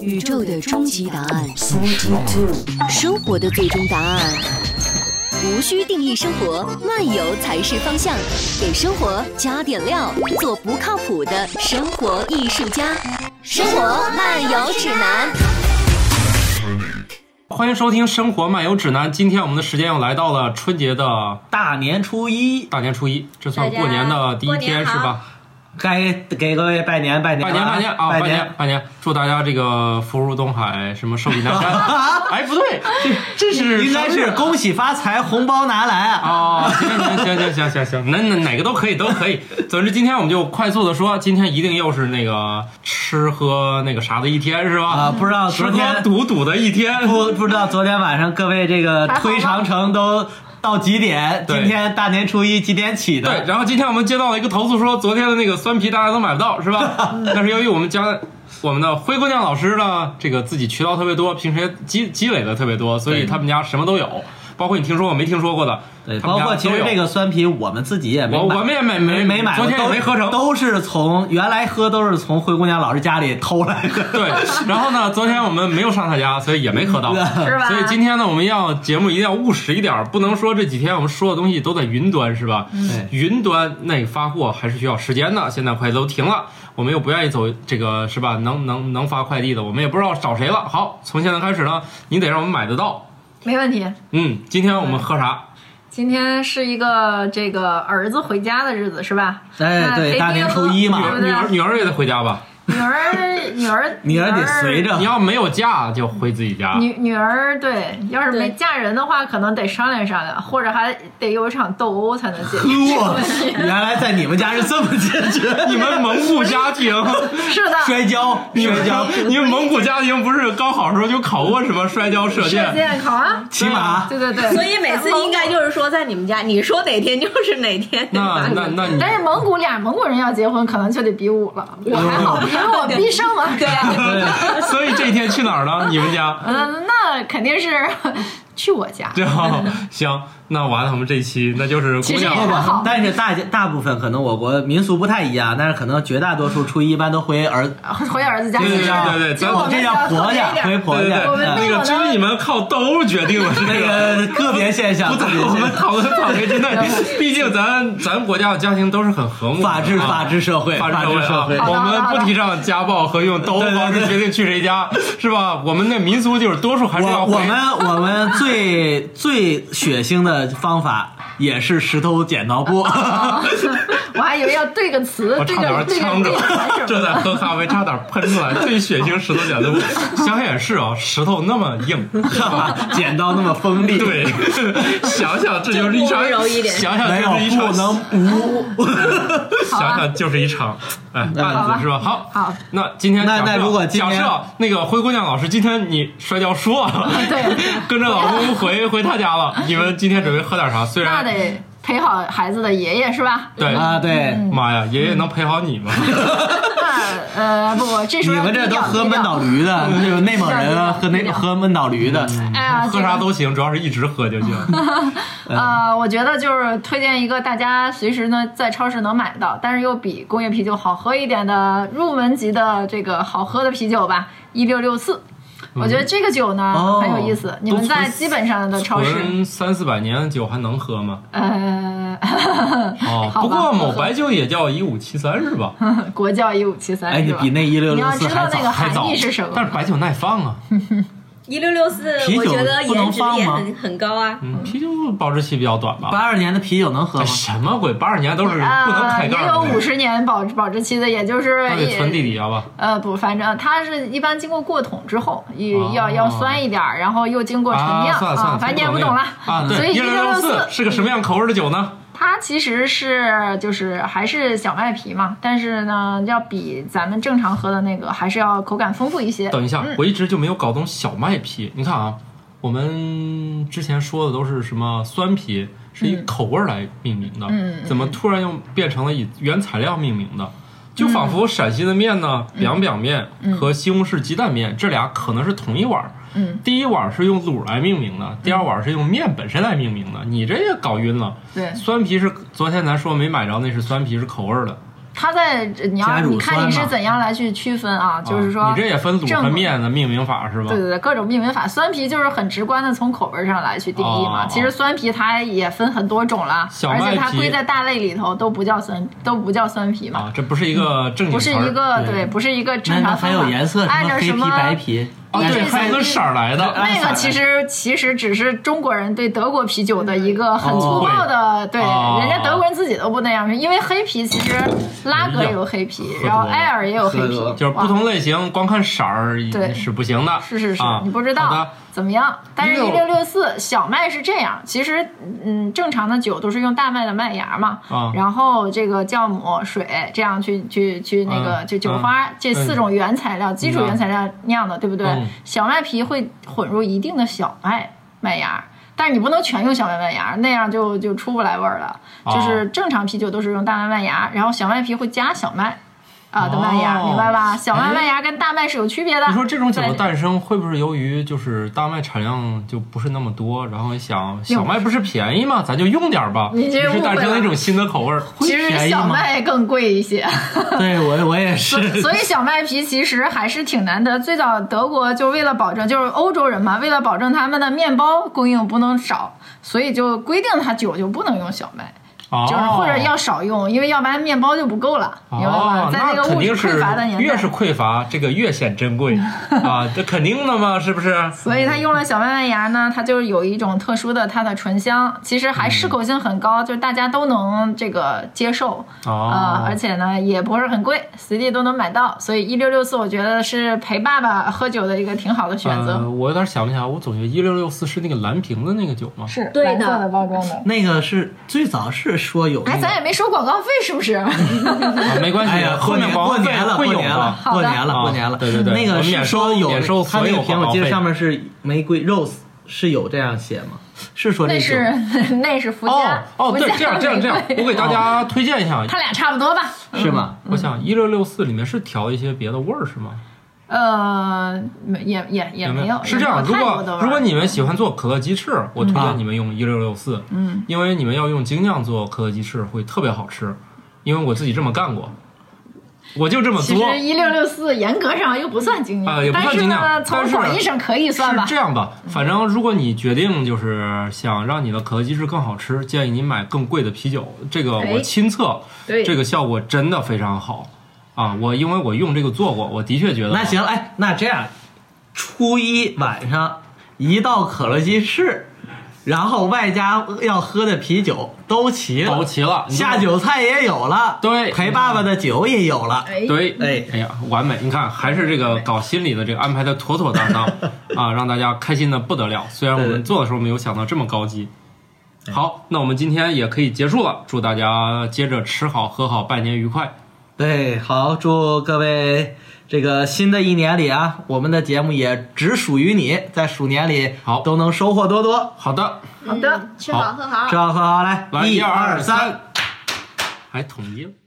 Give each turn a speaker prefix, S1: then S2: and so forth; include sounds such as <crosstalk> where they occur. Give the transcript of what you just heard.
S1: 宇宙的终极答案，生活的最终答案。无需定义生活，漫游才是方向。给生活加点料，做不靠谱的生活艺术家。生活漫游指南。
S2: 欢迎收听《生活漫游指南》。今天我们的时间又来到了春节的
S3: 大年初一，
S2: 大年初一，这算过年的第一天
S4: 大家过年好
S2: 是吧？
S3: 该给各位拜年拜年
S2: 拜年
S3: 了
S2: 拜年啊，拜
S3: 拜
S2: 年拜年！祝大家这个福如东海，什么寿比南
S3: <laughs>
S2: 山。哎，不对，这这是
S3: 应该是恭喜发财，红包拿来啊！
S2: 哦，行行行行行行行，哪哪哪个都可以，都可以。总之，今天我们就快速的说，今天一定又是那个吃喝那个啥的一天是吧？
S3: 啊不知道昨天
S2: 吃喝赌赌的一天，
S3: 不不知道昨天晚上各位这个
S4: 还好吗
S3: 推长城都到几点？
S2: 对
S3: 今天大年初一几点起
S2: 对，
S3: 的？
S2: 然后今天我们接到了一个投诉，说昨天的那个酸皮大家都买不到，是
S3: <laughs>
S2: 吧？但是由于我们家我们的灰姑娘老师呢，这个自己渠道特别多，平时也积积累的特别多，所以他们家什么都有，包括你听说过没听说过的，
S3: 对，
S2: 他们
S3: 包
S2: 家
S3: 括其
S2: 都
S3: 实
S2: 有
S3: 这个酸啤，我们自己也没
S2: 我
S3: 买
S2: 我们也没
S3: 没
S2: 没
S3: 买过，
S2: 昨天也
S3: 都
S2: 没喝成。
S3: 都是从原来喝都是从灰姑娘老师家里偷来的。
S2: <laughs> 对，然后呢，昨天我们没有上他家，所以也没喝
S3: <laughs>
S2: 到。
S4: 是吧？
S2: 所以今天呢，我们要节目一定要务实一点儿，不能说这几天我们说的东西都在云端，是吧？
S3: <laughs> 对
S2: 哎云端那发货还是需要时间的，现在快都停了，我们又不愿意走这个是吧？能能能发快递的，我们也不知道找谁了。好，从现在开始呢，你得让我们买得到。
S4: 没问题。
S2: 嗯，今天我们喝啥？
S4: 今天是一个这个儿子回家的日子是吧？
S3: 哎，
S4: 那
S3: 对，
S4: 陪
S3: 大
S4: 爹
S3: 年初
S4: 喝
S3: 一嘛
S4: 对，不
S2: 女儿
S4: 对？
S2: 女儿也得回家吧？
S4: 女儿女儿
S3: 女儿得随着
S2: 你要没有假就回自己家。
S4: 女女儿对，要是没嫁人的话，可能得商量商量，或者还得有一场斗殴才能
S3: <laughs>
S4: 解决。
S3: 哇，原来在你们家是这么解决，
S2: 你们蒙古家庭，
S4: 是的，
S3: 摔跤，
S2: 你们
S3: 摔跤，
S2: 你们蒙古家庭不是高考时候就考过什么摔跤、射
S4: 射
S2: 箭？
S4: 箭考啊，
S3: 骑马，
S4: 对对对。
S5: 所以每次应该就是说在你们家，你说哪天就是哪天。
S2: 那那那你
S4: 但是蒙古俩蒙古人要结婚，可能就得比武了。我还好，因为我必胜嘛。对，
S2: 对，哎所以这一天去哪儿呢？你们家？
S4: 嗯，那肯定是去我家。
S2: 就行，那完了，我们这一期那就是姑
S4: 其实也
S2: 娘
S4: 还好，
S3: 但是大家大部分可能我国民俗不太一样，但是可能绝大多数初一一般都回儿，
S4: 回儿子家
S2: 对
S4: 去
S2: 对
S4: 吃。
S2: 对对
S4: 结
S2: 咱
S4: 果
S2: 们
S3: 这叫婆家，回婆
S2: 对对
S3: 家。
S4: 我们
S2: 对，那
S4: 没有
S2: 个真是你们靠斗殴决定了，是
S3: 那
S2: 那个。
S3: 个个别现象，
S2: 不
S3: 个
S2: 在
S3: 别
S2: 我
S3: 现
S2: 们
S3: 象
S2: 讨论范围
S3: <laughs>
S2: 之内，毕竟咱咱国家的家庭都是很和睦的啊，
S3: 法治法治社会，
S2: 法
S3: 法
S2: 治
S3: 治
S2: 社
S3: 社
S2: 会
S3: 会
S2: 啊，。
S4: 好
S2: 我
S4: 的
S2: 们
S4: 好的
S2: 不提倡家暴和用斗殴
S3: 对对
S2: 方式
S3: 对
S2: 决定去谁家，是吧？我们的民俗就是多数还是要
S3: 我
S2: 回
S3: 我们我们最最血腥的方法也是石头剪刀布，
S4: 我还以为要对个词
S2: 我，
S4: 对
S2: 差
S4: 个
S2: 点
S4: 对
S2: 呛
S4: 个
S2: 着 <laughs>
S4: 对
S2: 了，
S3: <laughs>
S4: 个词
S2: 正在喝咖啡，差点喷出来。最血腥石头剪刀布，想想也是啊，石头那么硬，
S3: 剪刀那么锋利，
S2: 对， <laughs> 想想这就是一场
S5: 就不柔一，点
S2: 想想
S3: 没有
S2: 就是一场
S3: 不能无。
S2: 想想就是一场哎
S3: 好吧
S2: 案子是吧？好，
S4: 好，
S2: 那今天
S3: 那
S2: 假设
S3: 那如果今
S2: 假
S3: 天
S2: 设那个灰姑娘老师今天你摔跤输了，
S4: <laughs> 对，
S2: <laughs> 跟着老公
S4: <laughs>
S2: 回回他家了，你们今天准备喝点啥？虽
S4: 那
S2: 然
S4: 得嗯陪好孩子的爷爷是吧？
S2: 对，
S3: 啊，对，
S2: 妈呀，爷爷能陪好你吗？
S4: 嗯那呃不，我这时
S3: 你
S4: 候
S3: 们这都喝闷倒
S4: 驴。
S3: 驴的，
S4: <laughs>
S3: 就是内蒙人啊喝那喝闷倒驴的，
S4: 哎呀，
S2: <laughs> 喝
S4: 这
S2: 啥
S4: 个
S2: 都行，主要是一直喝
S4: <laughs>
S2: 就行。
S3: 嗯
S4: 呃，我觉得就是推荐一个大家随时呢在超市能买到，但是又比工业啤酒好喝一点的入门级的这个好喝的啤酒吧，一六六四。我觉得这个酒呢、
S3: 哦
S4: 很有意思，你们
S3: 都存
S4: 在基本上的超市，
S2: 存三四百年的酒还能喝吗？
S4: 呃，
S2: 哦，
S4: <laughs> 好吧
S2: 不过某
S4: 不喝嗯
S2: 白酒也叫一五七三是吧？
S4: 国窖一五七三，
S3: 哎，你
S4: 是吧
S3: 比那一六
S4: 你
S3: 六
S4: 要
S3: 四
S4: 知道
S3: 还
S4: 那个
S3: 早。
S2: <laughs> 还早
S4: 含义是什么？
S2: 但是白酒耐放啊，
S5: 一六六四，
S3: 啤酒
S5: 我觉得
S3: 不能
S5: 颜值
S3: 放
S5: 也
S3: 吗
S5: 很很高啊。
S2: 嗯，啤酒保质期比较短吧。
S3: 八二年的啤酒能喝
S2: 哎
S3: 吗？
S2: 什么鬼？八二年都是不能
S4: 呃，
S2: 开
S4: 也
S2: 盖
S4: 有
S2: 儿
S4: 五
S2: 的，
S4: 十年保保质期的，也就是
S2: 那得存地底下吧？
S4: 呃不，反正它是一般经过过桶之后，也
S2: 哦
S4: 要要酸一点儿，然后又经哦过陈
S2: 啊，
S4: 酿
S2: 算了算了，
S4: 反正你也
S2: 听
S4: 不
S2: 那个
S4: 懂了嗯
S2: 啊。
S4: 所
S2: 对，
S4: 以一
S2: 一
S4: 六
S2: 六
S4: 六
S2: 四是个什么样口味的酒呢？
S4: 它其实是就是还是小麦皮嘛，但是呢，要比咱们正常喝的那个还是要口感丰富一些。
S2: 等一下
S4: 嗯，
S2: 我一直就没有搞懂小麦皮。你看啊，我们之前说的都是什么酸啤，是以口味儿来命名的，
S4: 嗯嗯嗯
S2: 怎么突然又变成了以原材料命名的？就仿
S4: 嗯
S2: 佛陕西的面呢，凉表面和西红柿鸡蛋面、这俩可能是同一碗儿。
S4: 嗯，
S2: 第一碗是用卤来命名的，第二碗是用面本身来命名的。你这也搞晕了。
S4: 对
S2: 酸皮是昨天咱说没买着，那是酸皮是口味儿的。
S4: 它在你
S3: 加
S4: 要
S3: 乳
S4: 你看你
S3: 酸
S4: 是
S3: 嘛
S4: 怎样来去区分啊？就是说
S2: 你这也分卤和面的命名法是吧？
S4: 对对对，各种命名法，酸皮就是很直观的从口味上来去定义嘛。
S2: 哦
S4: 其实酸皮它也分很多种啦，
S2: 小
S4: 而
S2: 麦
S4: 且它
S2: 皮
S4: 归在大类里头都不叫酸，都不叫酸皮嘛。
S2: 啊，这不是一个正经
S4: 不是
S2: 词儿
S4: 一个
S3: 对
S4: 对，不是一个
S3: 那
S4: 正
S3: 那
S4: 常方
S3: 还
S4: 法。
S3: 有颜色，
S4: 按
S3: 什
S4: 照
S3: 么黑
S4: 什
S3: 皮
S4: 么
S3: 白皮，
S2: 啊，对，
S4: 这
S2: 还有
S4: 个
S2: 跟色儿来的，
S3: 按
S4: 那
S3: 色来
S4: 个其实其实只是中国人对德国啤酒的一个很粗暴的，对，
S2: 哦
S4: 人家德国人自己都不那样，因为黑啤其实拉格也有黑啤，
S2: 喝多了
S4: 然后艾尔也有黑
S3: 喝多
S4: 啤
S3: 了，
S2: 就是不同类型光看色儿
S4: 对
S2: 是不行的。
S4: 是是是
S2: 啊，
S4: 你不知
S2: 好
S4: 道
S2: 的
S4: 怎么样。但是，一
S2: 16
S4: 六六四小麦是这样，其实，嗯，正常的酒都是用大麦的麦芽嘛，
S2: 啊
S4: 然后这个酵母、水这样去去去那个、
S2: 嗯
S4: 就酒花、这四种原材料、基础
S2: 嗯
S4: 原材料酿的，对不对？
S2: 嗯
S4: 小麦皮会混入一定的小麦麦芽。但是你不能全用小麦麦芽，那样就就出不来味儿了。
S2: 哦
S4: 就是正常啤酒都是用大麦麦芽，然后小麦皮会加小麦啊的麦芽，
S2: 哦
S4: 明白吧？小麦
S2: 哎
S4: 麦芽跟大麦是有区别的。
S2: 你说这种酒
S4: 在
S2: 的诞生会不会由于就是大麦产量就不是那么多，然后想小麦不是便宜吗？咱就用点儿吧，
S4: 你
S2: 于
S4: 这
S2: 是
S4: 误
S2: 诞
S4: 会
S2: 生了一
S4: 了
S2: 种新的口味儿。
S3: 会
S4: 其
S3: 便
S4: 实
S3: 宜
S4: 小
S3: 吗
S4: 麦更贵一些， <laughs>
S3: <laughs> 对我我也是，
S4: 所以小麦皮其实还是挺难得。最早德国就为了保证，就是欧洲人嘛，为了保证他们的面包供应不能少，所以就规定他酒就不能用小麦，
S2: 哦，
S4: 就是或者要少用，因为要不然面包就不够了，明白
S2: 哦
S4: 吧？，在
S2: 那
S4: 个
S2: 肯
S4: 物质
S2: 定是
S4: 匮乏的年
S2: 越
S4: 代
S2: 是。匮乏，这个越显珍
S4: <laughs>
S2: 贵啊，这肯定的嘛，是不是？
S4: 所以他用了小麦麦芽
S2: 嗯
S4: 呢，它就有一种特殊的它的醇香，其实还适口性很高，就是大家都能这个接受。啊、
S2: 哦
S4: 而，且呢也不是很贵，随地都能买到，所以一六六四我觉得是陪爸爸喝酒的一个挺好的选择。
S2: 呃，我有点想不起来，我总觉得一六六四是那个蓝瓶的那个酒吗？
S4: 是
S5: 对
S4: 蓝色
S5: 的
S4: 的包装的。
S3: <laughs> 那个是最早是说有
S2: 嗯
S4: 哎，
S3: 那
S4: 咱也
S3: 个，
S4: 没收广告费，是不是？
S2: 啊，没关
S3: 哎
S2: 系
S3: 呀，，
S2: 后
S3: 过
S2: 面
S3: 年
S2: 广
S3: 过
S2: 告费
S3: 年了，
S2: 会
S3: 过
S2: 有
S3: 年了，
S4: 好的
S3: 过年了，
S2: 啊
S3: 过年了，
S2: 对对对
S3: 那
S2: 我
S3: 个
S2: 们免
S3: 是说
S2: 收
S3: 有
S2: 免收
S3: 他
S2: 所
S3: 那
S2: 有
S3: 个瓶
S2: 广告
S3: 我记得
S2: 费
S3: 上面是玫瑰 rose 是有这样写吗？是说这
S4: 那
S3: 酒
S4: 是那是福
S2: 哦
S4: 佳，
S2: 哦，
S4: 福
S2: 对，
S4: 佳
S2: 这样这样这样
S4: 玫，瑰
S2: 我给大家
S4: 哦
S2: 推荐一下，
S4: 它俩差不多吧？
S3: 是吗？
S2: 我想一六六四里面是调一些别的味儿是吗？
S4: 呃，没也也也没有，
S2: 是这样。
S4: 也
S2: 如
S4: 没有太
S2: 果
S4: 多的味儿嗯
S2: 如果你们喜欢做可乐鸡翅，我推
S3: 啊
S2: 荐你们用一六六四，嗯，因为你们要用精酿做可乐鸡翅会特别好吃，因为我自己这么干过，我就这么
S4: 其
S2: 做。
S4: 实一六六四严格上又不算精酿，
S2: 啊也不算精酿
S4: 但是
S2: 但
S4: 呢，从
S2: 是
S4: 广义上可以 <laughs> 算吧嗯
S2: 是这。样吧，反正如果你决定就是想让你的可乐鸡翅更好吃，建议你买更贵的啤酒。这个
S4: 哎
S2: 我亲测，
S4: 对
S2: 这个效果真的非常好啊！我因为我用这个做过，我的确觉得
S3: 那行，哎，那这样，初一晚上一到可乐鸡翅，然后外加要喝的啤酒都齐了，
S2: 都齐了，你
S3: 下酒菜也有了，
S2: 对
S3: 陪爸爸的酒也有了，
S4: 哎，
S2: 对，
S3: 哎
S2: 哎呀，完美！你看，还是这个搞心理的这个安排的妥妥当当
S4: <laughs>
S2: 啊，让大家开心的不得了。虽然我
S3: 对
S2: 们
S3: 对
S2: 做的时候没有想到这么高级。
S3: 哎
S2: 好，那我们今天也可以结束了，祝大家接着吃好喝好，拜年愉快！
S3: 对，好，祝各位这个新的一年里啊，我们的节目也只属于你，在鼠年里
S2: 好
S3: 都能收获多多，
S2: 好的，
S4: 好的。
S5: 嗯吃好喝好
S3: 吃。好喝好来，
S2: 来
S3: 一
S2: 二
S3: 二三。
S2: 哎还统一了。